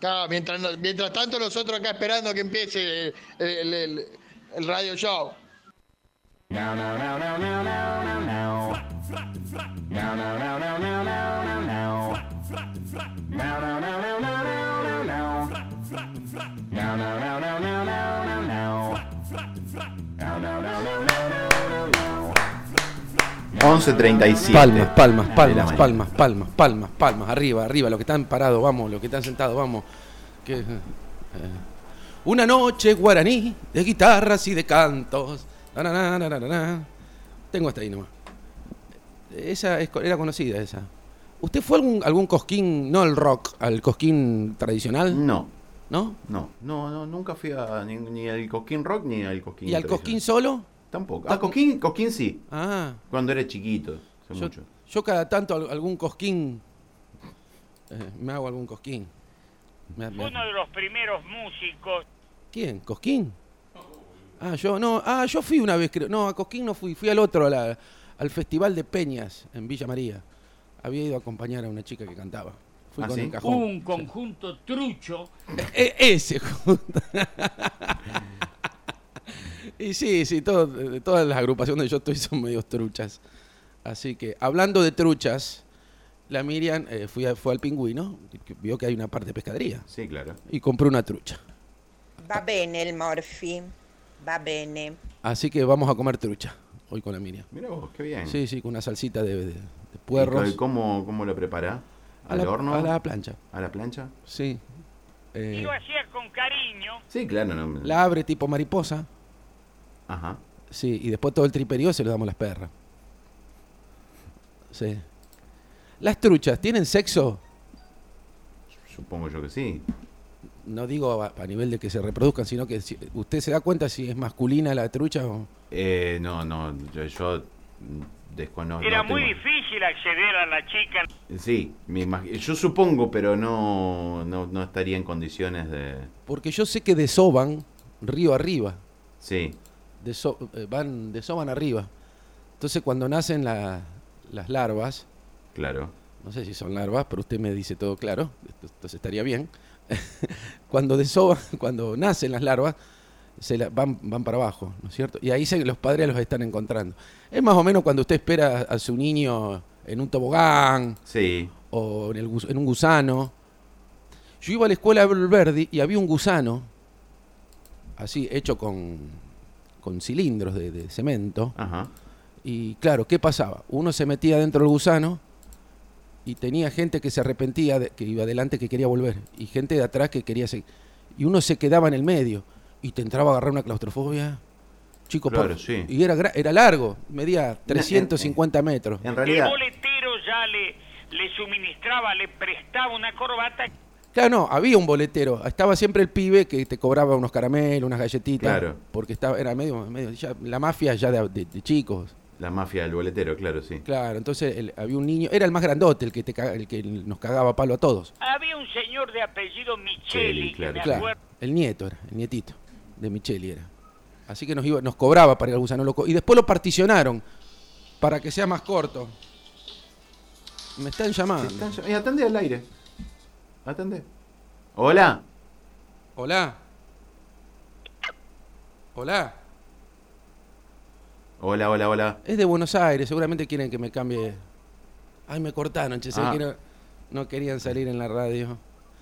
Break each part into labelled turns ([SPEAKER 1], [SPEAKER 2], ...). [SPEAKER 1] Claro, mientras, no- mientras tanto nosotros acá esperando que empiece el, el- el- el radio show.
[SPEAKER 2] Palmas,
[SPEAKER 3] 11.37.
[SPEAKER 2] palmas,
[SPEAKER 3] Ah, De la
[SPEAKER 2] palmas,
[SPEAKER 3] mañana.
[SPEAKER 2] palmas, palmas, palmas, palmas. Arriba, arriba, los que están parados, vamos, los que están sentados, vamos. Que, eh, Una noche guaraní de guitarras y de cantos. Na, na, na, na, na, na, na. Tengo hasta ahí nomás. Esa es co- era conocida, esa. ¿Usted fue a algún, algún cosquín, no el rock, al cosquín tradicional?
[SPEAKER 3] No,
[SPEAKER 2] ¿No?
[SPEAKER 3] no, no, no, nunca fui a ni, ni al Cosquín Rock ni al Cosquín.
[SPEAKER 2] ¿Y al cosquín solo?
[SPEAKER 3] Tampoco. Ah, Cosquín, Cosquín sí,
[SPEAKER 2] Ah,
[SPEAKER 3] cuando era chiquito, hace
[SPEAKER 2] yo,
[SPEAKER 3] mucho.
[SPEAKER 2] yo cada tanto al- algún cosquín. eh, me hago algún cosquín. Me- me-
[SPEAKER 4] Uno de los primeros músicos
[SPEAKER 2] ¿Quién? ¿Cosquín? Ah, yo no. Ah, yo fui una vez, creo. No, a Cosquín no fui. Fui al otro, a la- al Festival de Peñas en Villa María. Había ido a acompañar a una chica que cantaba. Fui
[SPEAKER 3] ¿Ah,
[SPEAKER 2] con
[SPEAKER 3] sí?
[SPEAKER 2] el cajón.
[SPEAKER 4] un conjunto trucho
[SPEAKER 2] E- ese. y sí, sí, todo- todas las agrupaciones donde yo estoy son medios truchas. Así que, hablando de truchas, la Miriam eh, fui a- fue al pingüino, y que- vio que hay una parte de pescadería,
[SPEAKER 3] Sí, claro.
[SPEAKER 2] y compró una trucha.
[SPEAKER 5] Va bene il Morphy, va bene.
[SPEAKER 2] Así que vamos a comer trucha hoy con la Miriam.
[SPEAKER 3] Mira vos, qué bien.
[SPEAKER 2] Sí, sí, con una salsita de, de- de
[SPEAKER 3] ¿Y
[SPEAKER 2] puerros.
[SPEAKER 3] co- cómo, cómo lo prepara?
[SPEAKER 2] A
[SPEAKER 3] ¿Al
[SPEAKER 2] la-
[SPEAKER 3] horno?
[SPEAKER 2] A la plancha,
[SPEAKER 3] ¿A la plancha?
[SPEAKER 2] sí. Eh,
[SPEAKER 4] y lo hacía con cariño.
[SPEAKER 3] Sí, claro. No,
[SPEAKER 2] la abre tipo mariposa,
[SPEAKER 3] Ajá.
[SPEAKER 2] sí, y después todo el triperío se lo damos a las perras. Sí. ¿Las truchas tienen sexo?
[SPEAKER 3] Supongo yo que sí.
[SPEAKER 2] No digo a, a nivel de que se reproduzcan, sino que si- usted se da cuenta si es masculina la trucha o...
[SPEAKER 3] Eh, no, no, yo, yo, mm, desconozco.
[SPEAKER 4] Era
[SPEAKER 3] no
[SPEAKER 4] muy
[SPEAKER 3] tengo-
[SPEAKER 4] difícil acceder a la chica.
[SPEAKER 3] Sí, me imag- yo supongo, pero no, no, no estaría en condiciones de...
[SPEAKER 2] Porque yo sé que desoban río arriba.
[SPEAKER 3] Sí,
[SPEAKER 2] deso- eh, van, desoban arriba. Entonces cuando nacen la- las larvas,
[SPEAKER 3] claro.
[SPEAKER 2] no sé si son larvas, pero usted me dice todo claro, esto- entonces estaría bien. cuando desoban, cuando nacen las larvas, se la- van, van para abajo, ¿no es cierto? Y ahí se, los padres los están encontrando. Es más o menos cuando usted espera a su niño en un tobogán
[SPEAKER 3] Sí,
[SPEAKER 2] o en, el gus- en un gusano. Yo iba a la escuela de Belverdi y había un gusano, así, hecho con, con cilindros de, de cemento.
[SPEAKER 3] ajá.
[SPEAKER 2] Y claro, ¿qué pasaba? Uno se metía dentro del gusano y tenía gente que se arrepentía, de- que iba adelante, que quería volver, y gente de atrás que quería seguir. Y uno se quedaba en el medio y te entraba a agarrar una claustrofobia. Chico, por-
[SPEAKER 3] Claro, sí.
[SPEAKER 2] y era, gra- era largo, medía 350 metros.
[SPEAKER 3] En
[SPEAKER 4] El
[SPEAKER 3] realidad,
[SPEAKER 4] boletero ya le, le suministraba, le prestaba una corbata
[SPEAKER 2] Claro, no, había un boletero. Estaba siempre el pibe que te cobraba unos caramelos, unas galletitas.
[SPEAKER 3] Claro.
[SPEAKER 2] Porque estaba, era medio, medio ya- la mafia ya de, de- de chicos.
[SPEAKER 3] la mafia del boletero, claro, sí.
[SPEAKER 2] Claro, entonces el- había un niño, era el más grandote, el que, te, caga- el que nos cagaba a palo a todos.
[SPEAKER 4] Había un señor de apellido Micheli,
[SPEAKER 3] Micheli, claro.
[SPEAKER 4] que me
[SPEAKER 2] Claro,
[SPEAKER 4] acuerdo,
[SPEAKER 2] el nieto era, el nietito de Micheli era. Así que nos, iba, nos cobraba para ir al gusano loco. Y después lo particionaron para que sea más corto. Me están llamando.
[SPEAKER 3] Están ya- eh, atendé al aire. Atendé. Hola.
[SPEAKER 2] Hola. Hola.
[SPEAKER 3] Hola, hola, hola.
[SPEAKER 2] Es de Buenos Aires, seguramente quieren que me cambie. Ay, me cortaron, che, se ve
[SPEAKER 3] Ah.
[SPEAKER 2] que no, no querían salir en la radio.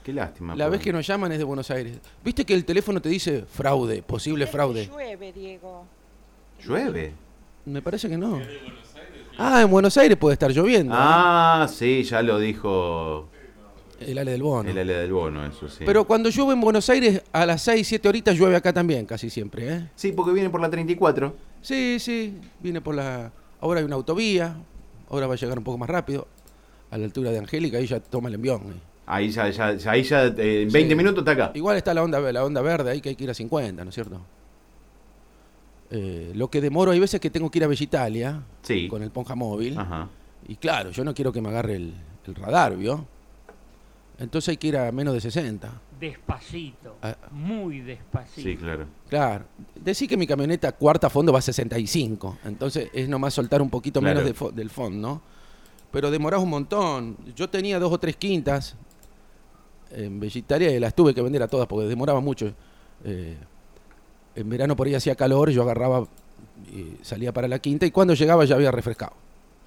[SPEAKER 3] Qué lástima.
[SPEAKER 2] La
[SPEAKER 3] pobre.
[SPEAKER 2] vez que nos llaman es de Buenos Aires. ¿Viste que el teléfono te dice fraude, posible fraude?
[SPEAKER 5] Llueve, Diego.
[SPEAKER 3] Llueve.
[SPEAKER 2] Me parece que no. Ah, en Buenos Aires puede estar lloviendo.
[SPEAKER 3] Ah, sí, ya lo dijo
[SPEAKER 2] El Ale del Bono.
[SPEAKER 3] el Ale del Bono, eso sí.
[SPEAKER 2] Pero cuando llueve en Buenos Aires, a las 6, 7 horitas llueve acá también, casi siempre, ¿eh?
[SPEAKER 3] Sí, porque viene por la 34.
[SPEAKER 2] Sí, sí, viene por la... Ahora hay una autovía, ahora va a llegar un poco más rápido, a la altura de Angélica, ahí ya toma el envión. ¿eh?
[SPEAKER 3] Ahí ya, ya, ya- ahí ya eh, en 20 minutos está acá.
[SPEAKER 2] Igual está la onda, la onda verde ahí que hay que ir a 50, ¿no es cierto? Eh, lo que demoro, hay veces que tengo que ir a Vegetalia
[SPEAKER 3] Sí. Ah.
[SPEAKER 2] con el Ponja Móvil.
[SPEAKER 3] Ajá.
[SPEAKER 2] Y claro, yo no quiero que me agarre el, el radar, ¿vio? Entonces hay que ir a menos de 60.
[SPEAKER 4] despacito,
[SPEAKER 2] Ah.
[SPEAKER 4] muy despacito.
[SPEAKER 3] Sí, claro.
[SPEAKER 2] Claro. Decí que mi camioneta cuarta fondo va a 65. Entonces es nomás soltar un poquito
[SPEAKER 3] Claro.
[SPEAKER 2] menos de fo- del fondo, ¿no? Pero demorás un montón. Yo tenía dos o tres quintas en Bellitaria y las tuve que vender a todas porque demoraba mucho. Eh, en verano por ahí hacía calor, yo agarraba y salía para la quinta y cuando llegaba ya había refrescado.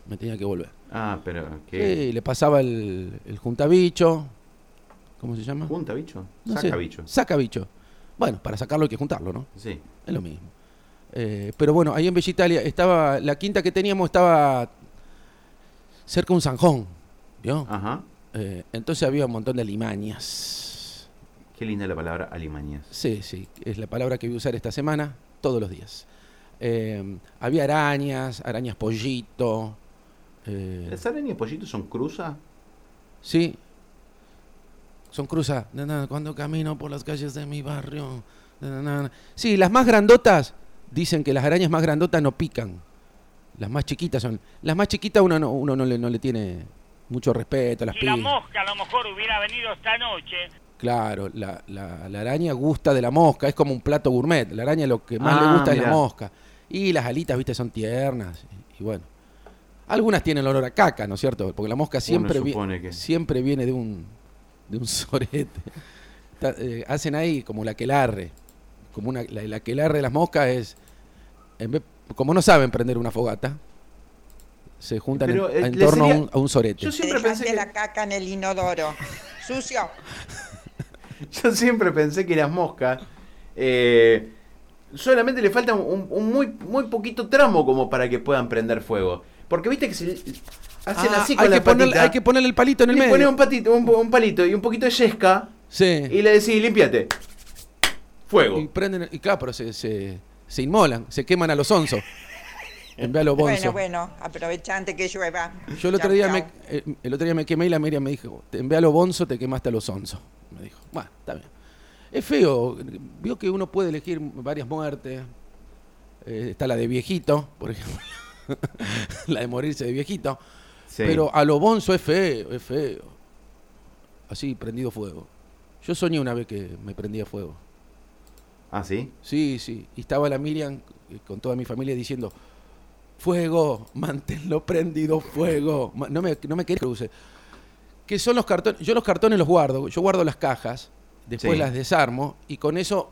[SPEAKER 2] Me tenía que volver.
[SPEAKER 3] Ah, pero
[SPEAKER 2] Sí,
[SPEAKER 3] ¿qué?
[SPEAKER 2] le pasaba el, el juntabicho. ¿Cómo se llama?
[SPEAKER 3] ¿Junta bicho?
[SPEAKER 2] No
[SPEAKER 3] Saca
[SPEAKER 2] sé,
[SPEAKER 3] bicho.
[SPEAKER 2] Saca bicho. Bueno, para sacarlo hay que juntarlo, ¿no?
[SPEAKER 3] Sí.
[SPEAKER 2] Es lo mismo. Eh, pero bueno, ahí en Bella Italia estaba. La quinta que teníamos estaba cerca de un zanjón. ¿Vio?
[SPEAKER 3] Ajá.
[SPEAKER 2] Eh, entonces había un montón de alimañas.
[SPEAKER 3] Qué linda la palabra alimañas.
[SPEAKER 2] Sí, sí, es la palabra que voy a usar esta semana, todos los días. Eh, había arañas, arañas pollito. eh,
[SPEAKER 3] ¿Las arañas pollitos son cruzas?
[SPEAKER 2] Sí. Son cruzas. Na, na, Cuando camino por las calles de mi barrio. Na, na, na, na. Sí, las más grandotas. Dicen que las arañas más grandotas no pican. Las más chiquitas son. Las más chiquitas uno no, uno no, le, no le tiene mucho respeto. Las
[SPEAKER 4] Si la
[SPEAKER 2] pibes.
[SPEAKER 4] mosca a lo mejor hubiera venido esta noche,
[SPEAKER 2] Claro, la, la- la araña gusta de la mosca. Es como un plato gourmet. La araña lo que más
[SPEAKER 3] Ah,
[SPEAKER 2] le gusta es
[SPEAKER 3] mirá.
[SPEAKER 2] la mosca. Y las alitas, viste, son tiernas. Y, y bueno. Algunas tienen olor a caca, ¿no es cierto? Porque la mosca siempre, vi-
[SPEAKER 3] supone que-
[SPEAKER 2] siempre viene de un, de un sorete. Ta- eh, hacen ahí como la quelarre. Como una, la, la quelarre de las moscas es. en vez- como no saben prender una fogata, se juntan
[SPEAKER 3] Pero,
[SPEAKER 2] en,
[SPEAKER 3] eh,
[SPEAKER 2] en
[SPEAKER 3] le
[SPEAKER 2] torno a,
[SPEAKER 3] sería-
[SPEAKER 2] un, a un sorete.
[SPEAKER 3] Yo
[SPEAKER 5] Te
[SPEAKER 3] siempre pensé
[SPEAKER 5] dejaste
[SPEAKER 3] que-
[SPEAKER 5] la caca en el inodoro. Sucio.
[SPEAKER 3] Yo siempre pensé que las moscas eh, solamente le falta un, un muy, muy poquito tramo como para que puedan prender fuego. Porque viste que se hacen
[SPEAKER 2] Ah,
[SPEAKER 3] así con
[SPEAKER 2] hay,
[SPEAKER 3] la
[SPEAKER 2] que ponerle,
[SPEAKER 3] patita.
[SPEAKER 2] hay que ponerle el palito en el
[SPEAKER 3] le
[SPEAKER 2] medio.
[SPEAKER 3] pones un, patito, un, un palito y un poquito de yesca
[SPEAKER 2] Sí.
[SPEAKER 3] y le decís, limpiate. Fuego.
[SPEAKER 2] Y prenden, y claro, pero se, se, se inmolan, se queman a los onzos. En vez a los bonzos.
[SPEAKER 5] Bueno, bueno, aprovechante que llueva.
[SPEAKER 2] Yo el otro,
[SPEAKER 5] Chau,
[SPEAKER 2] día
[SPEAKER 5] chau.
[SPEAKER 2] me, eh, el otro día me quemé y la Miriam me dijo, en vez a los bonzos te quemaste a los onzos. Me dijo, bueno, está bien. Es feo, vio que uno puede elegir varias muertes. Eh, está la de viejito, por ejemplo. la de morirse de viejito.
[SPEAKER 3] Sí.
[SPEAKER 2] Pero a lo bonzo es feo, es feo. Así, prendido fuego. Yo soñé una vez que me prendía fuego.
[SPEAKER 3] Ah, sí.
[SPEAKER 2] Sí, sí. Y estaba la Miriam eh, con toda mi familia diciendo, fuego, manténlo prendido, fuego. Ma- No me, no me querés que use. Que son los cartones, yo los cartones los guardo, yo guardo las cajas, después
[SPEAKER 3] Sí.
[SPEAKER 2] las desarmo y con eso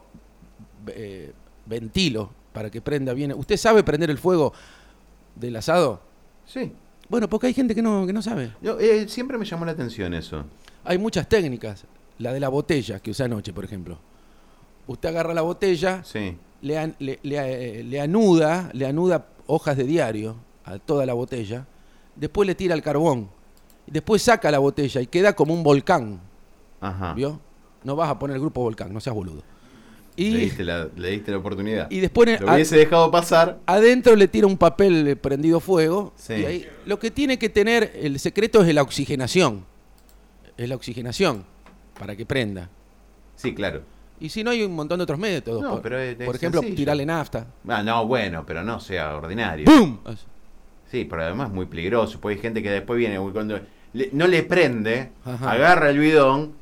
[SPEAKER 2] eh, ventilo para que prenda bien. ¿Usted sabe prender el fuego del asado?
[SPEAKER 3] Sí.
[SPEAKER 2] Bueno, porque hay gente que no, que no sabe.
[SPEAKER 3] Yo, eh, siempre me llamó la atención eso.
[SPEAKER 2] Hay muchas técnicas. La de la botella que usé anoche, por ejemplo. Usted agarra la botella,
[SPEAKER 3] Sí.
[SPEAKER 2] le, an- le- le, eh, le anuda, le anuda hojas de diario a toda la botella, después le tira el carbón, después saca la botella y queda como un volcán,
[SPEAKER 3] Ajá.
[SPEAKER 2] ¿vio? No vas a poner el grupo volcán, no seas boludo.
[SPEAKER 3] Le,
[SPEAKER 2] Y
[SPEAKER 3] diste la, le diste la oportunidad.
[SPEAKER 2] Y ah, después en-
[SPEAKER 3] Lo hubiese dejado pasar.
[SPEAKER 2] adentro le tira un papel eh, prendido fuego.
[SPEAKER 3] Sí.
[SPEAKER 2] y ahí- lo que tiene que tener, el secreto es la oxigenación. Es la oxigenación para que prenda.
[SPEAKER 3] Sí, claro.
[SPEAKER 2] Y si no, hay un montón de otros métodos.
[SPEAKER 3] No,
[SPEAKER 2] por
[SPEAKER 3] pero es- es
[SPEAKER 2] por ejemplo,
[SPEAKER 3] sencillo.
[SPEAKER 2] tirarle nafta.
[SPEAKER 3] Ah, no, bueno, pero no sea ordinario.
[SPEAKER 2] ¡Bum!
[SPEAKER 3] Sí, pero además es muy peligroso, porque hay gente que después viene, uy, cuando le- no le prende,
[SPEAKER 2] Ajá.
[SPEAKER 3] agarra el bidón.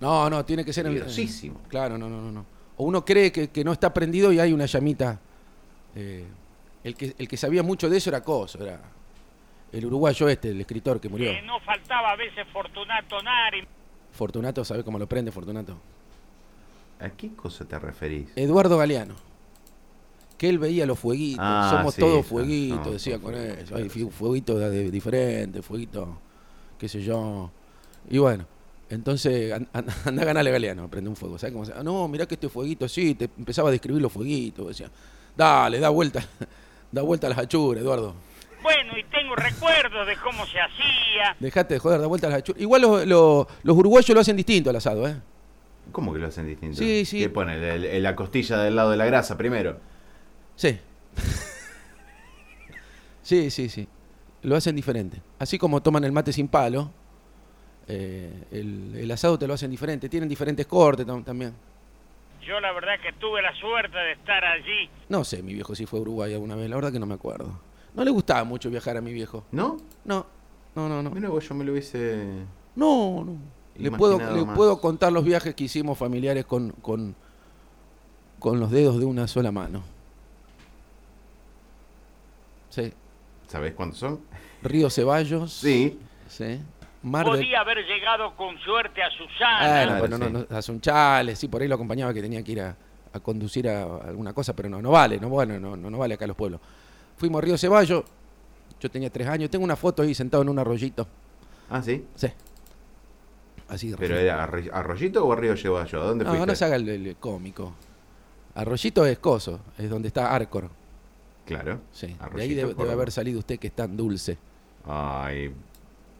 [SPEAKER 2] No, no, tiene que ser en-
[SPEAKER 3] Peligrosísimo.
[SPEAKER 2] Claro, no, no, no, no. O uno cree que, que no está prendido y hay una llamita. Eh, el, que, el que sabía mucho de eso era Coso, era el uruguayo este, el escritor que murió.
[SPEAKER 4] eh, no faltaba a veces Fortunato Nari.
[SPEAKER 2] Fortunato, ¿sabe cómo lo prende Fortunato?
[SPEAKER 3] ¿A qué cosa te referís?
[SPEAKER 2] Eduardo Galeano. Que él veía los fueguitos,
[SPEAKER 3] Ah,
[SPEAKER 2] somos
[SPEAKER 3] sí,
[SPEAKER 2] todos
[SPEAKER 3] sí,
[SPEAKER 2] fueguitos,
[SPEAKER 3] somos
[SPEAKER 2] decía
[SPEAKER 3] todos
[SPEAKER 2] con
[SPEAKER 3] fueguitos,
[SPEAKER 2] eso. Hay fi- fueguitos de, de diferentes, fueguitos, qué sé yo. Y bueno, entonces an- an- anda a ganarle a Galeano, prende un fuego. ¿Sabes cómo se- "Ah, No, mirá que este fueguito, sí, te empezaba a describir los fueguitos. Decía, dale, da vuelta, da vuelta a las hachuras, Eduardo.
[SPEAKER 4] Bueno, y tengo recuerdos de cómo se hacía.
[SPEAKER 2] Dejate de joder, da vuelta a las hachuras. Igual los, los- los uruguayos lo hacen distinto al asado, ¿eh?
[SPEAKER 3] ¿Cómo que lo hacen distinto?
[SPEAKER 2] Sí, sí.
[SPEAKER 3] ¿Qué pone? El- el- la costilla del lado de la grasa primero.
[SPEAKER 2] Sí. sí, sí, sí. Lo hacen diferente. Así como toman el mate sin palo, eh, el, el asado te lo hacen diferente. Tienen diferentes cortes tam- también.
[SPEAKER 4] Yo la verdad que tuve la suerte de estar allí.
[SPEAKER 2] No sé, mi viejo si fue a Uruguay alguna vez, la verdad que no me acuerdo. No le gustaba mucho viajar a mi viejo.
[SPEAKER 3] ¿No?
[SPEAKER 2] No, no, no, no.
[SPEAKER 3] Mira vos, yo me lo hubiese...
[SPEAKER 2] No, no. Le puedo,
[SPEAKER 3] Imaginado
[SPEAKER 2] le
[SPEAKER 3] más.
[SPEAKER 2] puedo contar los viajes que hicimos familiares con, con, con los dedos de una sola mano. Sí.
[SPEAKER 3] ¿Sabés cuántos son?
[SPEAKER 2] Río Ceballos.
[SPEAKER 3] Sí.
[SPEAKER 2] Sí. Marvel.
[SPEAKER 4] Podía haber llegado con suerte a
[SPEAKER 2] Ah,
[SPEAKER 4] Susana.
[SPEAKER 2] no, bueno, no, no, a Sunchales, sí, por ahí lo acompañaba que tenía que ir a, a conducir a, a alguna cosa, pero no, no vale, no, bueno, no, no, no vale acá en los pueblos. Fuimos a Río Ceballos, yo tenía tres años, tengo una foto ahí sentado en un arroyito,
[SPEAKER 3] Ah, sí.
[SPEAKER 2] sí. Así,
[SPEAKER 3] ¿Pero
[SPEAKER 2] arroyito.
[SPEAKER 3] era arri- arroyito o río llevaba yo? ¿A dónde
[SPEAKER 2] No,
[SPEAKER 3] fuiste?
[SPEAKER 2] no se haga el, el cómico. Arroyito es coso, es donde está Arcor,
[SPEAKER 3] Claro.
[SPEAKER 2] sí. de ahí
[SPEAKER 3] Arroyito,
[SPEAKER 2] debe, debe
[SPEAKER 3] Córdoba.
[SPEAKER 2] haber salido usted que es tan dulce.
[SPEAKER 3] Ay,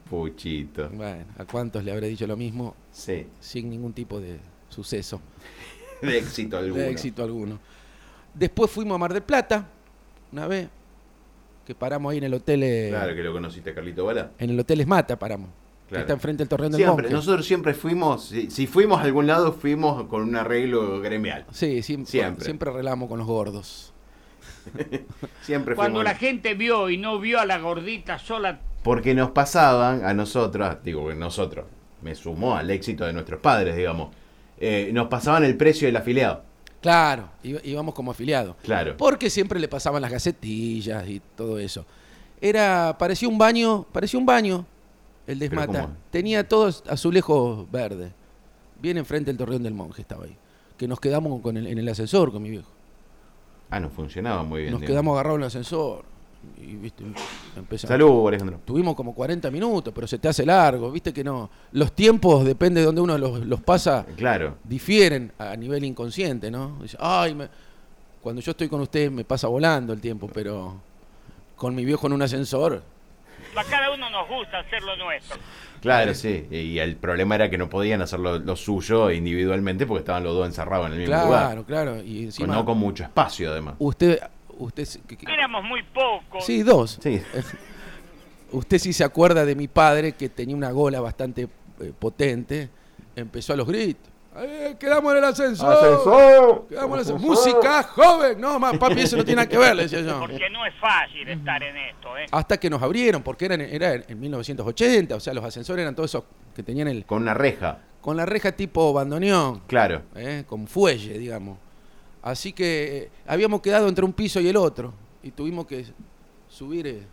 [SPEAKER 3] puchito.
[SPEAKER 2] Bueno, ¿a cuántos le habré dicho lo mismo
[SPEAKER 3] Sí.
[SPEAKER 2] sin ningún tipo de suceso?
[SPEAKER 3] De éxito alguno.
[SPEAKER 2] de éxito alguno. Después fuimos a Mar del Plata, una vez, que paramos ahí en el hotel. eh,
[SPEAKER 3] Claro que lo conociste, Carlito Bala.
[SPEAKER 2] En el hotel Esmata paramos. que
[SPEAKER 3] Claro.
[SPEAKER 2] está enfrente del torreón del
[SPEAKER 3] Siempre,
[SPEAKER 2] Monje.
[SPEAKER 3] nosotros siempre fuimos, si, si fuimos a algún lado, fuimos con un arreglo gremial.
[SPEAKER 2] Sí, siempre, siempre.
[SPEAKER 3] Siempre.
[SPEAKER 2] relamos con los gordos.
[SPEAKER 3] Siempre
[SPEAKER 4] Cuando
[SPEAKER 3] fuimos.
[SPEAKER 4] la gente vio y no vio a la gordita sola,
[SPEAKER 3] Porque nos pasaban a nosotros, digo que nosotros, me sumó al éxito de nuestros padres, digamos. eh, nos pasaban el precio del afiliado.
[SPEAKER 2] Claro, í- íbamos como afiliados.
[SPEAKER 3] Claro.
[SPEAKER 2] Porque siempre le pasaban las gacetillas y todo eso. Era, parecía un baño, parecía un baño el de
[SPEAKER 3] Pero
[SPEAKER 2] Esmata.
[SPEAKER 3] ¿cómo?
[SPEAKER 2] Tenía todos azulejos verdes. Bien enfrente del torreón del monje estaba ahí. Que nos quedamos con el- en el ascensor con mi viejo.
[SPEAKER 3] Ah, no funcionaba muy bien.
[SPEAKER 2] Nos
[SPEAKER 3] digamos.
[SPEAKER 2] quedamos agarrados en el ascensor. Y viste, empezamos.
[SPEAKER 3] Salud, Alejandro.
[SPEAKER 2] Tuvimos como 40 minutos, pero se te hace largo, viste que no. Los tiempos, depende de donde uno los, los pasa,
[SPEAKER 3] Claro.
[SPEAKER 2] difieren a nivel inconsciente, ¿no? Dice, Ay, me- cuando yo estoy con usted me pasa volando el tiempo, pero con mi viejo en un ascensor.
[SPEAKER 4] a cada uno nos gusta hacer lo nuestro.
[SPEAKER 3] Claro, sí. Y el problema era que no podían hacer lo, lo suyo individualmente porque estaban los dos encerrados en el mismo lugar.
[SPEAKER 2] Claro, claro. Y
[SPEAKER 3] Con-
[SPEAKER 2] encima, Uh,
[SPEAKER 3] no con mucho espacio, además.
[SPEAKER 2] usted, usted, se- que- que-
[SPEAKER 4] Éramos muy pocos.
[SPEAKER 2] sí, dos.
[SPEAKER 3] Sí.
[SPEAKER 2] Usted sí se acuerda de mi padre que tenía una gola bastante eh, potente, empezó a los gritos. "Eh, quedamos en el ascensor. Quedamos en el ascensor. Música, joven. No, más papi, eso no tiene nada que ver, le decía yo.
[SPEAKER 4] Porque no es fácil estar en esto, ¿eh?
[SPEAKER 2] Hasta que nos abrieron, porque eran, era en 1980, o sea, los ascensores eran todos esos que tenían el.
[SPEAKER 3] Con una reja.
[SPEAKER 2] con la reja tipo bandoneón,
[SPEAKER 3] Claro.
[SPEAKER 2] eh, con fuelle, digamos. Así que eh, habíamos quedado entre un piso y el otro, y tuvimos que subir. eh,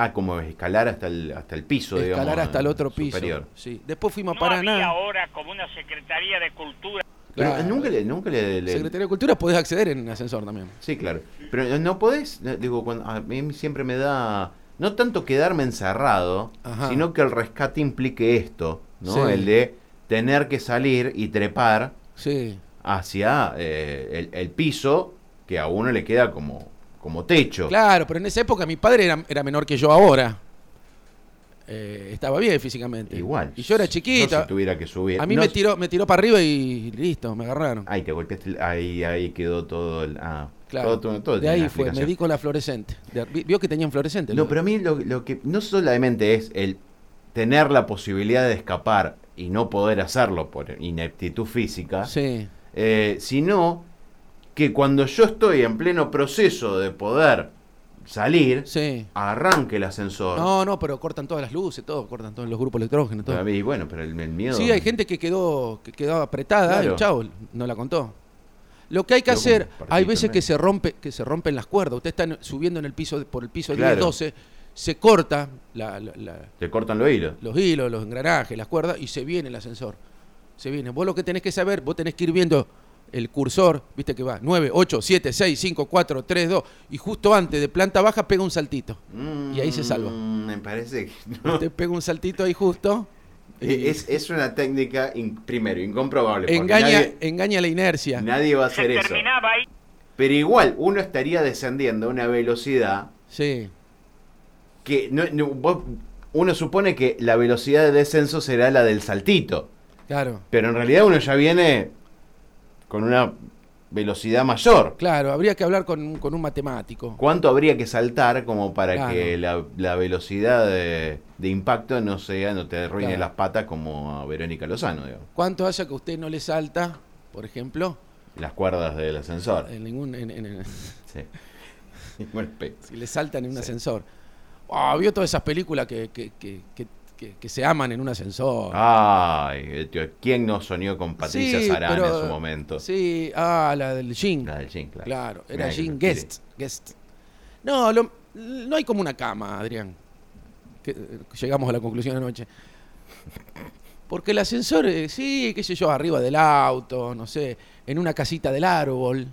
[SPEAKER 3] Ah, como escalar hasta el, hasta el piso, digamos.
[SPEAKER 2] escalar hasta el otro piso.
[SPEAKER 3] superior.
[SPEAKER 2] Sí. Después fuimos
[SPEAKER 4] No
[SPEAKER 2] para
[SPEAKER 4] había
[SPEAKER 2] nada.
[SPEAKER 4] ahora como una Secretaría de Cultura.
[SPEAKER 3] Pero
[SPEAKER 2] Claro.
[SPEAKER 3] nunca le... Nunca le, le-
[SPEAKER 2] Secretaría de Cultura podés acceder en ascensor también.
[SPEAKER 3] Sí, claro. Pero no podés... no, Digo, cuando, a mí siempre me da... No tanto quedarme encerrado,
[SPEAKER 2] Ajá.
[SPEAKER 3] sino que el rescate implique esto, ¿no?
[SPEAKER 2] Sí.
[SPEAKER 3] El de tener que salir y trepar
[SPEAKER 2] Sí.
[SPEAKER 3] hacia eh, el, el piso que a uno le queda como, como techo.
[SPEAKER 2] Claro, pero en esa época mi padre era, era menor que yo ahora. Eh, estaba bien físicamente.
[SPEAKER 3] Igual.
[SPEAKER 2] Y yo era
[SPEAKER 3] No
[SPEAKER 2] chiquito.
[SPEAKER 3] si tuviera que subir.
[SPEAKER 2] a mí
[SPEAKER 3] No
[SPEAKER 2] me
[SPEAKER 3] si-
[SPEAKER 2] tiró, me tiró para arriba y listo, me agarraron.
[SPEAKER 3] Ahí te golpeaste. el- Ahí, ahí quedó todo el. Ah,
[SPEAKER 2] Claro.
[SPEAKER 3] todo, todo- todo
[SPEAKER 2] de
[SPEAKER 3] tiene
[SPEAKER 2] ahí
[SPEAKER 3] una
[SPEAKER 2] fue, me
[SPEAKER 3] explicación.
[SPEAKER 2] di con la fluorescente. De- vi- vio que tenían fluorescente.
[SPEAKER 3] No,
[SPEAKER 2] ¿no?
[SPEAKER 3] pero a mí lo, lo que. No solamente es el tener la posibilidad de escapar y no poder hacerlo por ineptitud física,
[SPEAKER 2] Sí.
[SPEAKER 3] eh, sino que cuando yo estoy en pleno proceso de poder salir,
[SPEAKER 2] Sí.
[SPEAKER 3] arranque el ascensor.
[SPEAKER 2] No, no, pero cortan todas las luces, todo, cortan todos los grupos electrógenos, todo.
[SPEAKER 3] Pero a mí, bueno, pero el, el miedo.
[SPEAKER 2] Sí, hay gente que quedó, que quedó apretada,
[SPEAKER 3] Claro.
[SPEAKER 2] el chavo no la contó. Lo que hay que
[SPEAKER 3] Quedó como
[SPEAKER 2] hacer,
[SPEAKER 3] partidito
[SPEAKER 2] hay veces
[SPEAKER 3] en
[SPEAKER 2] que
[SPEAKER 3] medio.
[SPEAKER 2] se rompe, que se rompen las cuerdas. Usted está en- subiendo en el piso por el piso
[SPEAKER 3] Claro.
[SPEAKER 2] 10, 12, se corta la- la- la-
[SPEAKER 3] Te cortan los hilos.
[SPEAKER 2] los hilos, los engranajes, las cuerdas y se viene el ascensor. Se viene. Vos lo que tenés que saber, vos tenés que ir viendo el cursor, viste que va 9, 8, 7, 6, 5, 4, 3, 2 y justo antes de planta baja pega un saltito. Y ahí se salva.
[SPEAKER 3] Mm, Me parece que no.
[SPEAKER 2] Usted pega un saltito ahí justo. y
[SPEAKER 3] Ah. Es, es una técnica, in- primero, incomprobable. porque
[SPEAKER 2] Este, engaña,
[SPEAKER 3] nadie,
[SPEAKER 2] engaña la inercia.
[SPEAKER 3] nadie va a
[SPEAKER 4] Se
[SPEAKER 3] hacer eso.
[SPEAKER 4] terminaba ahí.
[SPEAKER 3] Pero igual, uno estaría descendiendo a una velocidad
[SPEAKER 2] Sí.
[SPEAKER 3] que no- no- vos- uno supone que la velocidad de descenso será la del saltito.
[SPEAKER 2] Claro,
[SPEAKER 3] Pero en realidad uno ya viene con una velocidad mayor.
[SPEAKER 2] claro, habría que hablar con, un- con un matemático.
[SPEAKER 3] ¿Cuánto habría que saltar como para
[SPEAKER 2] Claro.
[SPEAKER 3] que la, la velocidad de, de impacto no sea, no te arruine
[SPEAKER 2] Claro.
[SPEAKER 3] las patas como a Verónica Lozano, digamos?
[SPEAKER 2] ¿Cuánto haya que usted no le salta, por ejemplo,
[SPEAKER 3] Las cuerdas del ascensor.
[SPEAKER 2] en ningún, en- en- en-
[SPEAKER 3] Sí. Ningún aspecto.
[SPEAKER 2] si le saltan en un
[SPEAKER 3] Sí.
[SPEAKER 2] ascensor? Ah, vio todas esas películas que, que- que- que- que- que se aman en un ascensor.
[SPEAKER 3] Ay, el tío, ¿quién no soñó con Ah, Patricia
[SPEAKER 2] Sí,
[SPEAKER 3] Sarana
[SPEAKER 2] pero-
[SPEAKER 3] en su momento?
[SPEAKER 2] Sí, ah, la del Jean.
[SPEAKER 3] La del Jean, claro.
[SPEAKER 2] Claro, era
[SPEAKER 3] Mirá que
[SPEAKER 2] Jean
[SPEAKER 3] me tiré.
[SPEAKER 2] Guest. Guest. No, lo- no hay como una cama, Adrián. Que- eh, llegamos a la conclusión anoche. Porque el ascensor, eh, sí, qué sé yo, arriba del auto, no sé, en una casita del árbol,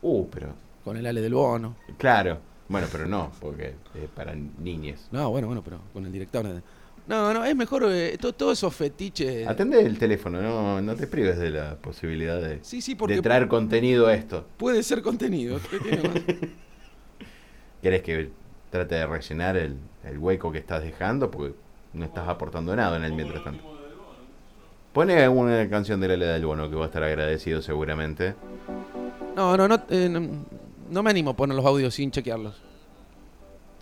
[SPEAKER 3] Uh, pero.
[SPEAKER 2] con el ale del bono.
[SPEAKER 3] Claro. Bueno, pero no, porque es para niñes.
[SPEAKER 2] No, bueno, bueno, pero con el director. de- No, no, es mejor eh, to- todos esos fetiches.
[SPEAKER 3] Atende el teléfono, no, no te prives de la posibilidad de,
[SPEAKER 2] Sí, sí, porque
[SPEAKER 3] de traer contenido a esto.
[SPEAKER 2] puede ser contenido. ¿qué tiene más?
[SPEAKER 3] ¿Querés que trate de rellenar el, el hueco que estás dejando? Porque no estás aportando nada en el mientras tanto. Pone una canción de la Leda del Bono que va a estar agradecido seguramente.
[SPEAKER 2] No, no, no, eh, no, no me animo a poner los audios sin chequearlos.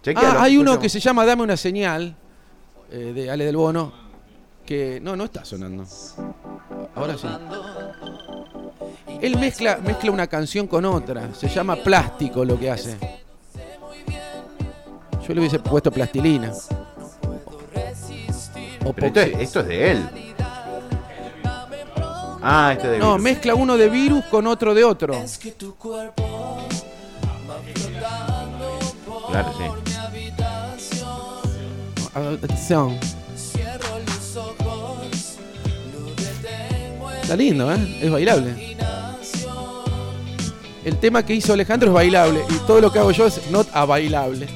[SPEAKER 3] Chequealo,
[SPEAKER 2] Ah, hay uno que se
[SPEAKER 3] escuchamos.
[SPEAKER 2] llama Dame una señal eh, de Ale del Bono que no, no está sonando. Ahora sí. Él mezcla, mezcla una canción con otra. Se llama plástico lo que hace. Yo le hubiese puesto plastilina. O
[SPEAKER 3] Pero este esto es,
[SPEAKER 2] poxi-
[SPEAKER 3] esto es de él. Ah, este es de
[SPEAKER 2] No,
[SPEAKER 3] Virus.
[SPEAKER 2] mezcla uno de virus con otro de otro.
[SPEAKER 3] Claro, sí.
[SPEAKER 2] Ah, Atención. Está lindo, ¿eh? Es bailable. El tema que hizo Alejandro es bailable y todo lo que hago yo es not a bailable.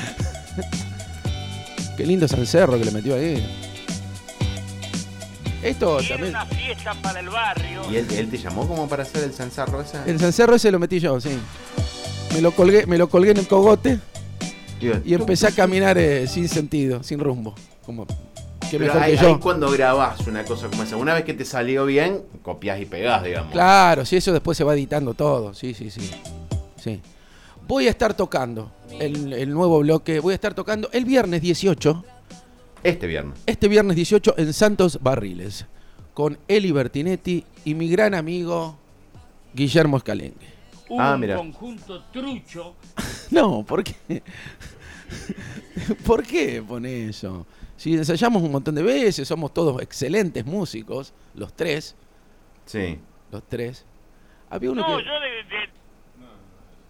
[SPEAKER 2] Qué lindo Sancerro que le metió ahí. Esto
[SPEAKER 4] Y era
[SPEAKER 2] también.
[SPEAKER 4] una fiesta para el barrio.
[SPEAKER 3] ¿Y él, él te llamó como para hacer el zanzarro esa?
[SPEAKER 2] El Sancerro ese lo metí yo, sí. Me lo colgué, me lo colgué en el cogote
[SPEAKER 3] Digo,
[SPEAKER 2] y empecé a caminar eh, sin sentido, sin rumbo. Como que
[SPEAKER 3] Pero
[SPEAKER 2] mejor
[SPEAKER 3] ahí,
[SPEAKER 2] que yo.
[SPEAKER 3] ahí cuando grabás una cosa como esa, una vez que te salió bien, copiás y pegás, digamos.
[SPEAKER 2] Claro, sí, eso después se va editando todo. Sí, sí, sí. sí. Voy a estar tocando el, el nuevo bloque. Voy a estar tocando el viernes 18.
[SPEAKER 3] Este viernes.
[SPEAKER 2] Este viernes 18 en Santos Barriles. Con Eli Bertinetti y mi gran amigo Guillermo Escalengue.
[SPEAKER 4] Un
[SPEAKER 3] Ah, mira.
[SPEAKER 4] conjunto trucho.
[SPEAKER 2] No, ¿por qué? ¿Por qué pone eso? Si ensayamos un montón de veces, somos todos excelentes músicos, los tres.
[SPEAKER 3] Sí.
[SPEAKER 2] Los tres. Había uno
[SPEAKER 4] No,
[SPEAKER 2] que...
[SPEAKER 4] yo de- de,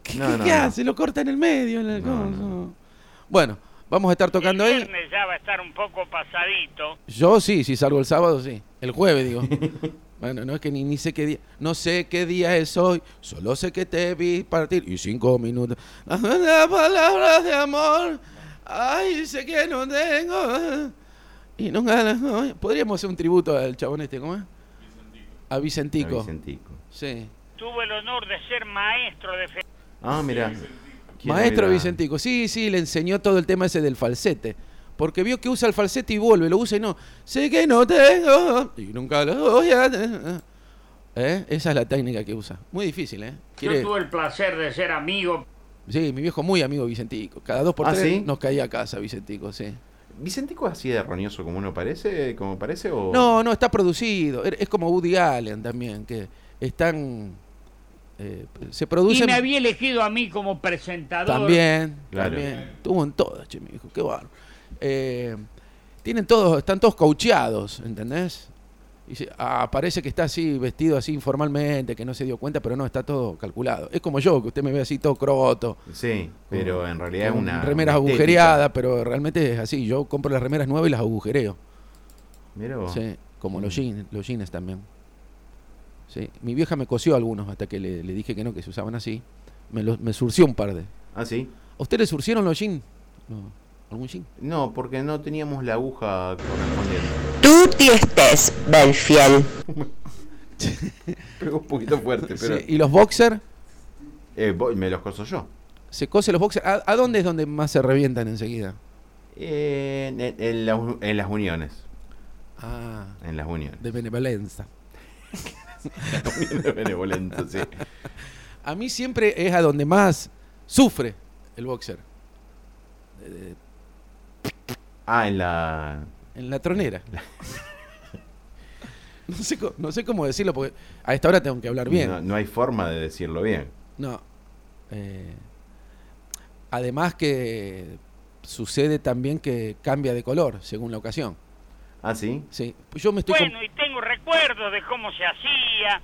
[SPEAKER 2] ¿Qué,
[SPEAKER 3] No, no,
[SPEAKER 2] qué
[SPEAKER 3] no.
[SPEAKER 2] hace? Lo corta en el medio. en el-
[SPEAKER 3] No,
[SPEAKER 2] no,
[SPEAKER 3] no.
[SPEAKER 2] no. Bueno, vamos a estar tocando
[SPEAKER 4] el
[SPEAKER 2] ahí.
[SPEAKER 4] viernes ya va a estar un poco pasadito.
[SPEAKER 2] Yo sí, si salgo el sábado, sí. El jueves, digo. bueno, no es que ni, ni sé qué día. No sé qué día es hoy. Solo sé que te vi partir. Y cinco minutos. Palabras de amor. Ay, sé que no tengo. Y nunca. las- Podríamos hacer un tributo al chabón este, ¿cómo es? A Vicentico.
[SPEAKER 3] A Vicentico.
[SPEAKER 2] Sí.
[SPEAKER 4] Tuve el honor de ser maestro de fe-
[SPEAKER 3] Ah, mira.
[SPEAKER 2] Maestro Vicentico, sí, sí, le enseñó todo el tema ese del falsete. Porque vio que usa el falsete y vuelve, lo usa y no. Sé que no tengo y nunca lo voy a tener. ¿Eh? Esa es la técnica que usa. Muy difícil, ¿eh? Quiere-
[SPEAKER 4] Yo tuve el placer de ser amigo.
[SPEAKER 2] Sí, mi viejo muy amigo Vicentico. Cada dos por
[SPEAKER 3] ¿Ah,
[SPEAKER 2] tres
[SPEAKER 3] sí?
[SPEAKER 2] nos caía a casa Vicentico, sí.
[SPEAKER 3] ¿Vicentico es así de erroneoso como uno parece? ¿Como parece? O...
[SPEAKER 2] No, no, está producido. Er- Es como Woody Allen también, que están... eh, se
[SPEAKER 4] Y
[SPEAKER 2] producen...
[SPEAKER 4] me había elegido a mí como presentador.
[SPEAKER 2] También,
[SPEAKER 3] Claro.
[SPEAKER 2] también. Tuvo en todas, che, mi hijo, qué barro. tienen todos, están todos coacheados, ¿entendés? Y se- ah, parece que está así, vestido así informalmente, que no se dio cuenta, pero no, está todo calculado. Es como yo, que usted me ve así todo croto.
[SPEAKER 3] Sí, pero en realidad es
[SPEAKER 2] con
[SPEAKER 3] una.
[SPEAKER 2] Remeras
[SPEAKER 3] una estética.
[SPEAKER 2] agujereadas, pero realmente es así. Yo compro las remeras nuevas y las agujereo.
[SPEAKER 3] Mirá vos.
[SPEAKER 2] Sí, como
[SPEAKER 3] Mm.
[SPEAKER 2] los jeans, los jeans también. Sí, mi vieja me cosió algunos hasta que le, le dije que no, que se usaban así. Me, los- me surció un par de.
[SPEAKER 3] Ah, sí.
[SPEAKER 2] ¿A ustedes les surcieron los jeans? No, ¿Algún jean?
[SPEAKER 3] No, porque no teníamos la aguja correspondiente.
[SPEAKER 5] Tú estés, Belfiel.
[SPEAKER 3] Pegó un poquito fuerte, pero.
[SPEAKER 2] Sí, ¿Y los boxers?
[SPEAKER 3] Eh, voy- me los coso yo.
[SPEAKER 2] ¿Se cose los boxers? ¿A, a dónde es donde más se revientan enseguida?
[SPEAKER 3] Eh, en, en- en las, en las uniones.
[SPEAKER 2] Ah,
[SPEAKER 3] En las uniones.
[SPEAKER 2] de benevolencia.
[SPEAKER 3] Benevolento, sí.
[SPEAKER 2] A mí siempre es a donde más sufre el boxer. Eh,
[SPEAKER 3] Ah, en la.
[SPEAKER 2] en la tronera. No sé, co- no sé cómo decirlo porque a esta hora tengo que hablar bien.
[SPEAKER 3] No, no hay forma de decirlo bien.
[SPEAKER 2] No. Eh, además que sucede también que cambia de color según la ocasión.
[SPEAKER 3] Ah, sí.
[SPEAKER 2] Sí, yo me estoy... com-
[SPEAKER 4] Bueno, y tengo recuerdos de cómo se hacía.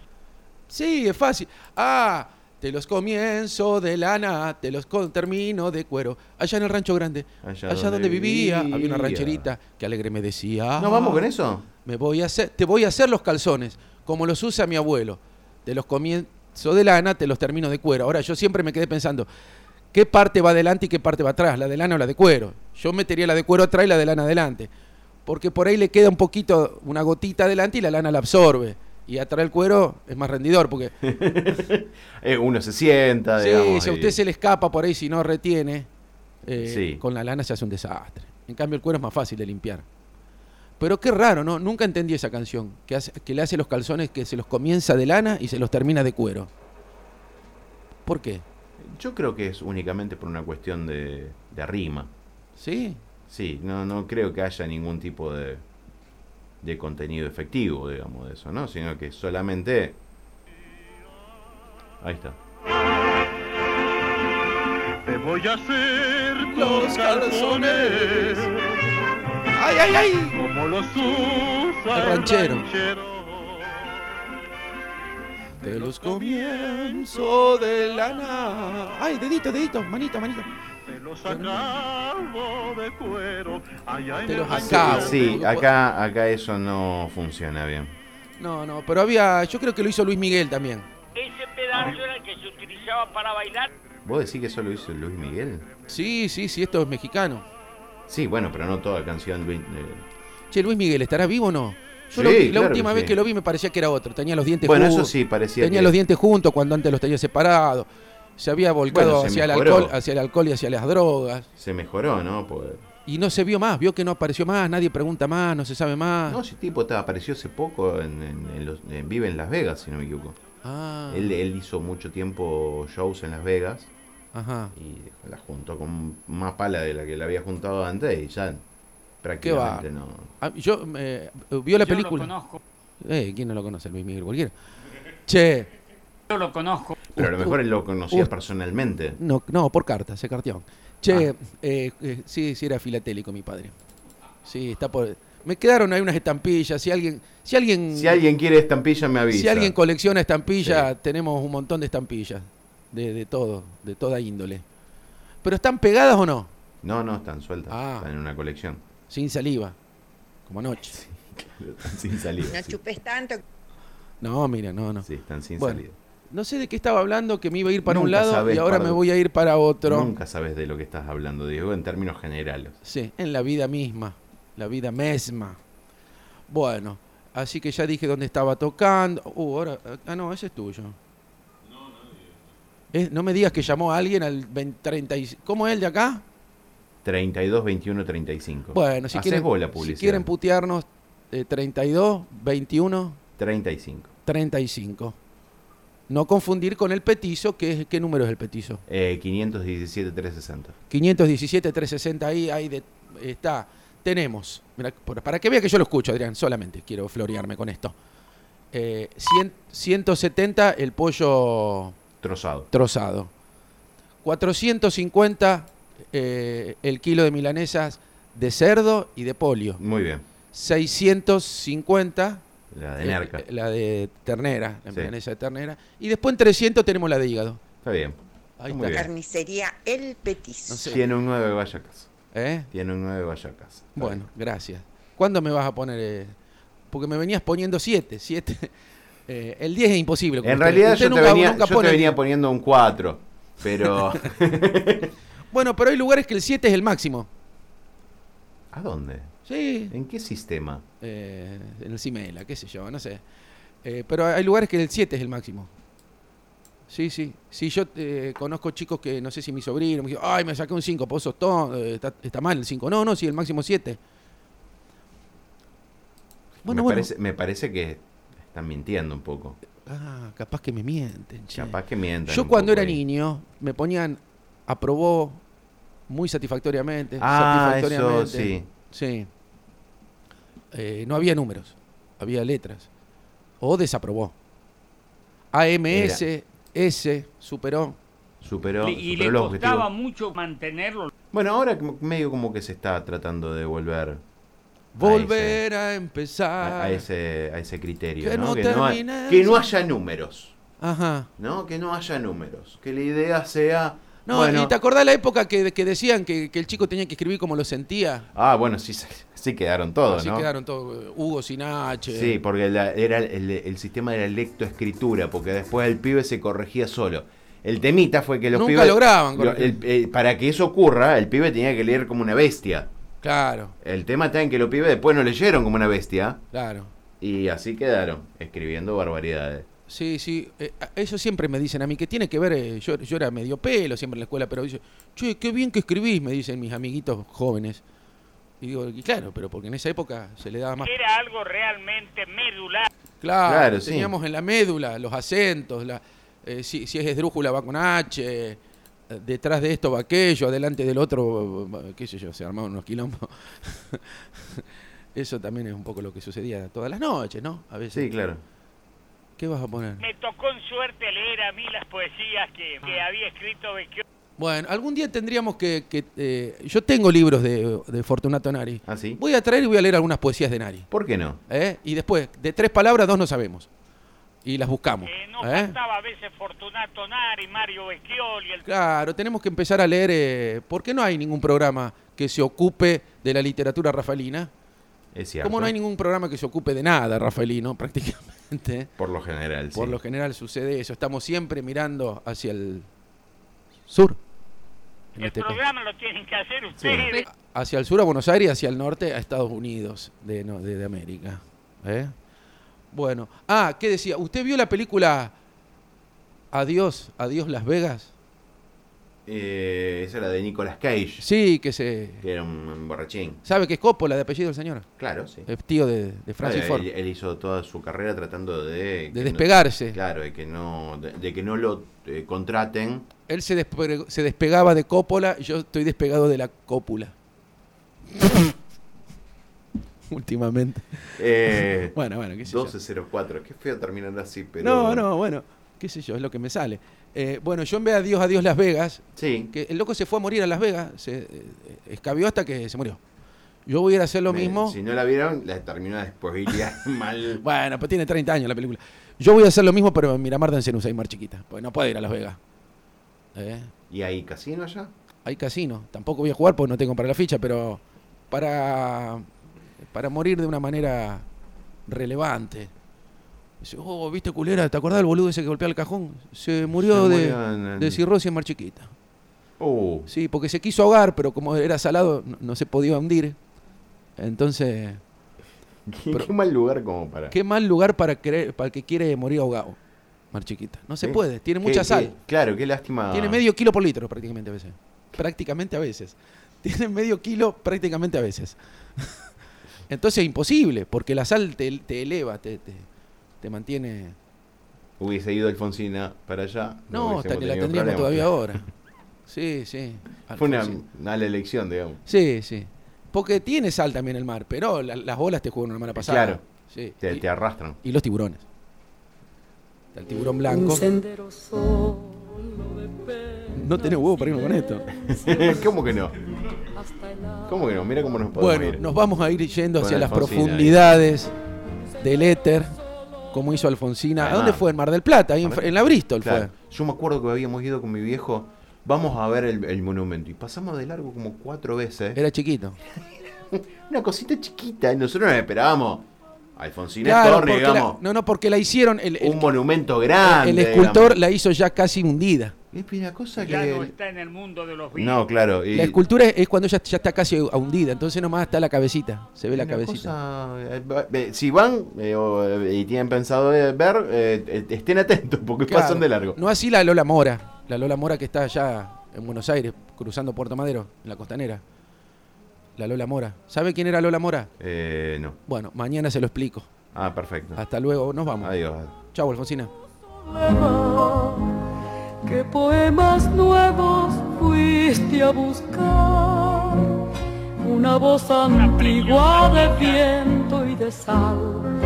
[SPEAKER 2] Sí, es fácil. Ah, Te los comienzo de lana, te los con- termino de cuero. Allá en el rancho grande,
[SPEAKER 3] Allá
[SPEAKER 2] allá,
[SPEAKER 3] donde
[SPEAKER 2] donde, vivía, había
[SPEAKER 3] vivía.
[SPEAKER 2] una rancherita que alegre me decía. "Ah,
[SPEAKER 3] ¿No vamos con eso?
[SPEAKER 2] Me voy a hacer, te voy a hacer los calzones, como los usa mi abuelo. Te los comienzo de lana, te los termino de cuero. Ahora, yo siempre me quedé pensando, ¿qué parte va adelante y qué parte va atrás? ¿La de lana o la de cuero? Yo metería la de cuero atrás y la de lana adelante. Porque por ahí le queda un poquito, una gotita adelante y la lana la absorbe. Y atrás el cuero es más rendidor, porque
[SPEAKER 3] Eh, uno se sienta,
[SPEAKER 2] sí,
[SPEAKER 3] digamos.
[SPEAKER 2] si a
[SPEAKER 3] y-
[SPEAKER 2] usted se le escapa por ahí, si no retiene, eh,
[SPEAKER 3] Sí.
[SPEAKER 2] con la lana se hace un desastre. En cambio, el cuero es más fácil de limpiar. Pero qué raro, ¿no? Nunca entendí esa canción, que, hace- que le hace los calzones que se los comienza de lana y se los termina de cuero. ¿Por qué?
[SPEAKER 3] Yo creo que es únicamente por una cuestión de, de rima.
[SPEAKER 2] ¿Sí?
[SPEAKER 3] Sí, no, no creo que haya ningún tipo de, de contenido efectivo, digamos, de eso, ¿no? Sino que solamente... Ahí está.
[SPEAKER 6] Te voy a hacer
[SPEAKER 2] Los
[SPEAKER 6] los
[SPEAKER 2] calzones.
[SPEAKER 6] calzones
[SPEAKER 2] ¡Ay, ay, ay!
[SPEAKER 6] como los usa
[SPEAKER 2] El ranchero.
[SPEAKER 6] ranchero.
[SPEAKER 2] Te los comienzo de lana. ¡Ay, dedito, dedito! Manito, manito.
[SPEAKER 6] Te los acabo de cuero allá en
[SPEAKER 2] Te
[SPEAKER 6] el
[SPEAKER 2] los
[SPEAKER 6] rancho
[SPEAKER 2] acabo.
[SPEAKER 6] grande.
[SPEAKER 3] Sí, acá, acá eso no funciona bien.
[SPEAKER 2] No, no, pero había. Yo creo que lo hizo Luis Miguel también.
[SPEAKER 4] Ese pedazo era el que se utilizaba para bailar.
[SPEAKER 3] ¿Vos decís que eso lo hizo Luis Miguel?
[SPEAKER 2] Sí, sí, sí, esto es mexicano.
[SPEAKER 3] Sí, bueno, pero no toda canción Luis... eh,
[SPEAKER 2] Che, Luis Miguel, ¿estará vivo o no?
[SPEAKER 3] Sí,
[SPEAKER 2] Yo lo vi- la
[SPEAKER 3] claro
[SPEAKER 2] última
[SPEAKER 3] que
[SPEAKER 2] vez
[SPEAKER 3] sí.
[SPEAKER 2] que lo vi me parecía que era otro. Tenía los dientes
[SPEAKER 3] Bueno,
[SPEAKER 2] ju-
[SPEAKER 3] eso sí, parecía
[SPEAKER 2] Tenía
[SPEAKER 3] que-
[SPEAKER 2] los dientes juntos cuando antes los tenía separados. Se había volcado
[SPEAKER 3] Bueno, se
[SPEAKER 2] hacia, el
[SPEAKER 3] mejoró.
[SPEAKER 2] alcohol, hacia el alcohol y hacia las drogas.
[SPEAKER 3] Se mejoró, ¿no? Pues-
[SPEAKER 2] Y no se vio más, vio que no apareció más, nadie pregunta más, no se sabe más.
[SPEAKER 3] No, ese tipo te apareció hace poco, en, en- en los- en- vive en Las Vegas, si no me equivoco.
[SPEAKER 2] Ah,
[SPEAKER 3] Él, él hizo mucho tiempo shows en Las Vegas
[SPEAKER 2] ajá.
[SPEAKER 3] y la juntó con más pala de la que la había juntado antes y ya prácticamente no.
[SPEAKER 2] Ah, Yo, eh, ¿Vio la
[SPEAKER 7] Yo
[SPEAKER 2] película?
[SPEAKER 7] lo conozco,
[SPEAKER 2] Eh, ¿Quién no lo conoce? Luis Miguel cualquiera. Che,
[SPEAKER 7] yo lo conozco.
[SPEAKER 3] Pero a lo
[SPEAKER 2] U-
[SPEAKER 3] mejor
[SPEAKER 2] u-
[SPEAKER 3] él lo conocía
[SPEAKER 2] u-
[SPEAKER 3] personalmente.
[SPEAKER 2] No, no, por carta, se carteaban.
[SPEAKER 3] Ah.
[SPEAKER 2] Che, eh, eh, sí, sí era filatélico mi padre. Sí, está por. Me quedaron ahí unas estampillas. Si alguien, si alguien,
[SPEAKER 3] Si alguien quiere estampilla, me avisa.
[SPEAKER 2] si alguien colecciona estampillas,
[SPEAKER 3] Sí.
[SPEAKER 2] tenemos un montón de estampillas de, de todo, de toda índole. Pero están pegadas o no?
[SPEAKER 3] No, no, están sueltas.
[SPEAKER 2] Ah.
[SPEAKER 3] Están en una colección.
[SPEAKER 2] Sin saliva, como anoche.
[SPEAKER 3] Están sin salida.
[SPEAKER 5] No
[SPEAKER 3] Sí,
[SPEAKER 5] chupes tanto.
[SPEAKER 2] No, mira, no, no.
[SPEAKER 3] Sí, están sin
[SPEAKER 2] Bueno,
[SPEAKER 3] salida.
[SPEAKER 2] No sé de qué estaba hablando, que me iba a ir para un
[SPEAKER 3] Nunca
[SPEAKER 2] lado
[SPEAKER 3] sabés,
[SPEAKER 2] y ahora
[SPEAKER 3] Pardo.
[SPEAKER 2] me voy a ir para otro.
[SPEAKER 3] Nunca sabes de lo que estás hablando, Diego, en términos generales.
[SPEAKER 2] Sí, en la vida misma, la vida misma. Bueno, así que ya dije dónde estaba tocando. Uh, ahora, ah, no, ese es tuyo. Es- no me digas que llamó a alguien al 20, 30 y- ¿Cómo es el de acá?
[SPEAKER 3] 32, 21, 35.
[SPEAKER 2] Bueno, si
[SPEAKER 3] Hacés
[SPEAKER 2] quieren,
[SPEAKER 3] vos la
[SPEAKER 2] si
[SPEAKER 3] publicidad.
[SPEAKER 2] quieren putearnos, eh, 32, 21,
[SPEAKER 3] 35.
[SPEAKER 2] 35. No confundir con el petizo, que es, ¿qué número es el petizo?
[SPEAKER 3] Eh, 517, 360.
[SPEAKER 2] 517, 360, ahí, ahí de- está. Tenemos, mirá, por- para que vea que yo lo escucho, Adrián, solamente quiero florearme con esto. Eh, cien- 170, el pollo
[SPEAKER 3] Trozado.
[SPEAKER 2] trozado. 450, eh, el kilo de milanesas de cerdo y de polio.
[SPEAKER 3] Muy bien.
[SPEAKER 2] 650,
[SPEAKER 3] La de
[SPEAKER 2] eh,
[SPEAKER 3] Nerca.
[SPEAKER 2] eh, la de ternera, la
[SPEAKER 3] Sí.
[SPEAKER 2] milanesa de ternera. Y después en 300 tenemos la de hígado.
[SPEAKER 3] Está bien.
[SPEAKER 2] Ahí
[SPEAKER 3] Muy
[SPEAKER 2] está.
[SPEAKER 3] bien.
[SPEAKER 5] Carnicería El Petizo.
[SPEAKER 2] No sé.
[SPEAKER 3] Tiene un 9 Vallacas.
[SPEAKER 2] ¿Eh?
[SPEAKER 3] Tiene un 9 Vallacas. Está
[SPEAKER 2] Bueno, gracias. ¿Cuándo me vas a poner? eh? Porque me venías poniendo 7. 7. Eh, el 10 es imposible.
[SPEAKER 3] bien.
[SPEAKER 2] como
[SPEAKER 3] En
[SPEAKER 2] usted-
[SPEAKER 3] realidad
[SPEAKER 2] usted
[SPEAKER 3] yo, te
[SPEAKER 2] nunca-
[SPEAKER 3] venía,
[SPEAKER 2] nunca
[SPEAKER 3] yo te
[SPEAKER 2] pone-
[SPEAKER 3] venía poniendo un 4. Pero.
[SPEAKER 2] Bueno, pero hay lugares que el 7 es el máximo.
[SPEAKER 3] ¿A dónde?
[SPEAKER 2] Sí.
[SPEAKER 3] ¿En qué sistema?
[SPEAKER 2] Eh, en el Cimela, qué sé yo, no sé. Eh, pero hay lugares que el 7 es el máximo. Sí, sí. Sí, yo eh, conozco chicos que, no sé si mi sobrino, me dijo, ay, me saqué un 5, pues sos tonto, eh, está, está mal el 5. No, no, sí, el máximo 7. Bueno,
[SPEAKER 3] me,
[SPEAKER 2] bueno.
[SPEAKER 3] Parece, me parece que están mintiendo un poco.
[SPEAKER 2] Ah, capaz que me mienten. che.
[SPEAKER 3] Capaz que mientan.
[SPEAKER 2] Yo
[SPEAKER 3] un
[SPEAKER 2] cuando
[SPEAKER 3] poco
[SPEAKER 2] era
[SPEAKER 3] ahí.
[SPEAKER 2] niño me ponían aprobó muy satisfactoriamente.
[SPEAKER 3] Ah, eso
[SPEAKER 2] satisfactoriamente.
[SPEAKER 3] sí.
[SPEAKER 2] Sí. Eh, no había números, había letras. O desaprobó. AMS, S, superó.
[SPEAKER 3] Superó,
[SPEAKER 7] Le- y le
[SPEAKER 3] superó los
[SPEAKER 7] costaba
[SPEAKER 3] objetivos.
[SPEAKER 7] mucho mantenerlo.
[SPEAKER 3] Bueno, ahora como- medio como que se está tratando de volver
[SPEAKER 2] Volver a empezar.
[SPEAKER 3] a, a ese, a ese criterio,
[SPEAKER 2] Que
[SPEAKER 3] ¿no?
[SPEAKER 2] no
[SPEAKER 3] que, no ha-
[SPEAKER 2] termines.
[SPEAKER 3] que no haya números.
[SPEAKER 2] Ajá.
[SPEAKER 3] ¿no? Que no haya números, que la idea sea...
[SPEAKER 2] No,
[SPEAKER 3] bueno,
[SPEAKER 2] ¿y te acordás la época que, que decían que, que el chico tenía que escribir como lo sentía?
[SPEAKER 3] Ah, bueno, sí, se- sí quedaron todos,
[SPEAKER 2] Así
[SPEAKER 3] ¿no?
[SPEAKER 2] quedaron todos, eh, Hugo sin H.
[SPEAKER 3] Sí, porque la- era el, el sistema de la lectoescritura, porque después el pibe se corregía solo. El temita fue que los
[SPEAKER 2] Nunca
[SPEAKER 3] pibes...
[SPEAKER 2] lograban
[SPEAKER 3] lo-
[SPEAKER 2] corregir.
[SPEAKER 3] el- eh, para que eso ocurra, el pibe tenía que leer como una bestia.
[SPEAKER 2] Claro,
[SPEAKER 3] El tema está en que los pibes después no leyeron como una bestia
[SPEAKER 2] claro.
[SPEAKER 3] y así quedaron, escribiendo barbaridades.
[SPEAKER 2] Sí, sí. eh, a- eso siempre me dicen a mí, que tiene que ver, eh, yo, yo era medio pelo siempre en la escuela, pero dice, che, qué bien que escribís, me dicen mis amiguitos jóvenes. Y digo, y claro, pero porque en esa época se le daba más...
[SPEAKER 4] Era algo realmente medular.
[SPEAKER 2] Claro,
[SPEAKER 3] Claro, sí.
[SPEAKER 2] teníamos en la médula los acentos, la, eh, si, si es esdrújula va con H, eh, detrás de esto va aquello, adelante del otro, eh, qué sé yo, se armaban unos quilombos. Eso también es un poco lo que sucedía todas las noches, ¿no? A veces.
[SPEAKER 3] Sí, claro.
[SPEAKER 2] ¿Qué vas a poner?
[SPEAKER 4] Me tocó en suerte leer a mí las poesías que,
[SPEAKER 2] Ah.
[SPEAKER 4] que había escrito Becchio.
[SPEAKER 2] Bueno, algún día tendríamos que... que, eh, yo tengo libros de, de Fortunato Nari.
[SPEAKER 3] ¿Ah, sí?
[SPEAKER 2] Voy a traer y voy a leer algunas poesías de Nari.
[SPEAKER 3] ¿Por qué no?
[SPEAKER 2] ¿eh? Y después, de tres palabras, dos no sabemos. Y las buscamos.
[SPEAKER 4] Eh, no
[SPEAKER 2] ¿eh?
[SPEAKER 4] faltaba a veces Fortunato Nari, Mario Becchioli, el
[SPEAKER 2] Claro, tenemos que empezar a leer, eh, porque no hay ningún programa que se ocupe de la literatura rafaelina.
[SPEAKER 3] Es cierto.
[SPEAKER 2] Como no hay ningún programa que se ocupe de nada rafaelino, prácticamente.
[SPEAKER 3] Por lo general,
[SPEAKER 2] Por
[SPEAKER 3] sí.
[SPEAKER 2] lo general sucede eso. Estamos siempre mirando hacia el sur. en
[SPEAKER 4] El
[SPEAKER 2] este país.
[SPEAKER 4] programa lo tienen que hacer ustedes.
[SPEAKER 2] Hacia el sur a Buenos Aires, hacia el norte a Estados Unidos de, no- de- de América. ¿eh? Bueno, ah, ¿qué decía? ¿Usted vio la película Adiós, Adiós Las Vegas?
[SPEAKER 3] Eh, esa era de Nicolas Cage,
[SPEAKER 2] Sí, que se...
[SPEAKER 3] que era un borrachín.
[SPEAKER 2] ¿Sabe que es Coppola de apellido del señor?
[SPEAKER 3] Claro, sí.
[SPEAKER 2] El tío de, de Eh, Francis
[SPEAKER 3] Ah,
[SPEAKER 2] Ford.
[SPEAKER 3] él, él hizo toda su carrera tratando de... que
[SPEAKER 2] de
[SPEAKER 3] no-
[SPEAKER 2] despegarse.
[SPEAKER 3] claro, de que no, de, de que no lo eh, contraten.
[SPEAKER 2] Él se, despe- se despegaba de Coppola y yo estoy despegado de la cópula. Últimamente.
[SPEAKER 3] Eh,
[SPEAKER 2] Bueno, bueno, qué sé yo.
[SPEAKER 3] 12.04, qué feo terminar así, pero...
[SPEAKER 2] No, no, bueno, qué sé yo, es lo que me sale. Eh, bueno, yo en vez de Adiós, Adiós Las Vegas,
[SPEAKER 3] Sí,
[SPEAKER 2] que el loco se fue a morir a Las Vegas, se eh, escabió hasta que se murió. Yo voy a ir a hacer lo
[SPEAKER 3] me-
[SPEAKER 2] mismo.
[SPEAKER 3] Si no la vieron, la terminó después mal.
[SPEAKER 2] Bueno, pues tiene 30 años la película. Yo voy a hacer lo mismo, pero en Miramar de Encenusa y Mar Chiquita. Pues no puedo ir a Las Vegas. ¿Eh?
[SPEAKER 3] ¿Y hay casino allá?
[SPEAKER 2] hay casino. Tampoco voy a jugar porque no tengo para la ficha, pero para, para morir de una manera relevante. Dice, oh, viste culera, ¿te acordás del boludo ese que golpeaba el cajón? Se murió
[SPEAKER 3] Se
[SPEAKER 2] de,
[SPEAKER 3] murió en- en-
[SPEAKER 2] de cirrosis en Mar Chiquita.
[SPEAKER 3] Oh,
[SPEAKER 2] Sí, porque se quiso ahogar, pero como era salado, no, no se podía hundir. Entonces,
[SPEAKER 3] qué, qué mal lugar como para...
[SPEAKER 2] qué mal lugar para, querer- para el que quiere morir ahogado, Mar Chiquita. No se
[SPEAKER 3] ¿Qué?
[SPEAKER 2] puede, tiene
[SPEAKER 3] Qué- qué-
[SPEAKER 2] mucha
[SPEAKER 3] Ah.
[SPEAKER 2] sal.
[SPEAKER 3] claro, qué lástima.
[SPEAKER 2] Tiene medio kilo por litro prácticamente a veces. Prácticamente a veces. Tiene medio kilo prácticamente a veces. Entonces es imposible, porque la sal te, te eleva, te, te, te mantiene...
[SPEAKER 3] Hubiese ido Alfonsina para allá.
[SPEAKER 2] No, hasta
[SPEAKER 3] hubiésemos
[SPEAKER 2] que la
[SPEAKER 3] tenido
[SPEAKER 2] tendríamos
[SPEAKER 3] problemas.
[SPEAKER 2] todavía ahora. Sí, sí.
[SPEAKER 3] Fue una
[SPEAKER 2] Alfonsín.
[SPEAKER 3] mala elección, digamos.
[SPEAKER 2] Sí, sí. Porque tiene sal también el mar, pero la- las olas te juegan una mala pasada.
[SPEAKER 3] Claro.
[SPEAKER 2] Sí.
[SPEAKER 3] Te,
[SPEAKER 2] y,
[SPEAKER 3] te arrastran.
[SPEAKER 2] y los tiburones. Está El tiburón blanco. No tiene huevo para irnos con esto.
[SPEAKER 3] ¿Cómo que no? ¿Cómo que no? Mira cómo nos podemos
[SPEAKER 2] Bueno,
[SPEAKER 3] ir.
[SPEAKER 2] nos vamos a ir yendo hacia
[SPEAKER 3] Con
[SPEAKER 2] las
[SPEAKER 3] Alfonsina, ¿eh?
[SPEAKER 2] profundidades del éter, como hizo Alfonsina. ¿A
[SPEAKER 3] Además.
[SPEAKER 2] dónde fue? En Mar del Plata, ahí en,
[SPEAKER 3] Mar-
[SPEAKER 2] en la Bristol
[SPEAKER 3] Claro, Yo me acuerdo que habíamos ido con mi viejo. Vamos a ver el, el monumento. Y pasamos de largo como cuatro veces.
[SPEAKER 2] fue. Era chiquito.
[SPEAKER 3] Una cosita chiquita. Y nosotros nos esperábamos. Alfonsina Torres,
[SPEAKER 2] porque la-
[SPEAKER 3] digamos.
[SPEAKER 2] no, no, porque la hicieron, el, el-
[SPEAKER 3] un monumento grande.
[SPEAKER 2] el escultor
[SPEAKER 3] digamos.
[SPEAKER 2] la hizo ya casi hundida.
[SPEAKER 3] Es una cosa
[SPEAKER 7] Ya no
[SPEAKER 3] que.
[SPEAKER 7] está en el mundo de los vivos.
[SPEAKER 3] No, claro. y-
[SPEAKER 2] La escultura es, es cuando ya, ya está casi hundida, entonces nomás está la cabecita, se ve la
[SPEAKER 3] Una
[SPEAKER 2] cabecita.
[SPEAKER 3] cosa, eh, va- eh, si van eh, o, eh, y tienen pensado eh, ver, eh, eh, estén atentos porque
[SPEAKER 2] Claro,
[SPEAKER 3] pasan de largo.
[SPEAKER 2] No así la Lola Mora, la Lola Mora que está allá en Buenos Aires, cruzando Puerto Madero, en la costanera. La Lola Mora. ¿Sabe quién era Lola Mora?
[SPEAKER 3] Eh, no.
[SPEAKER 2] Bueno, mañana se lo explico.
[SPEAKER 3] Ah, perfecto.
[SPEAKER 2] Hasta luego, nos vamos.
[SPEAKER 3] Adiós.
[SPEAKER 2] Chau, Alfonsina.
[SPEAKER 8] ¿Qué poemas nuevos fuiste a buscar? Una voz antigua de viento y de sal.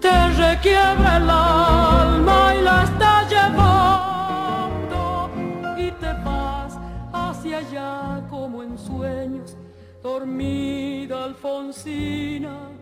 [SPEAKER 8] Te requiebra el alma y la está llevando. Y te vas hacia allá como en sueños, dormida Alfonsina.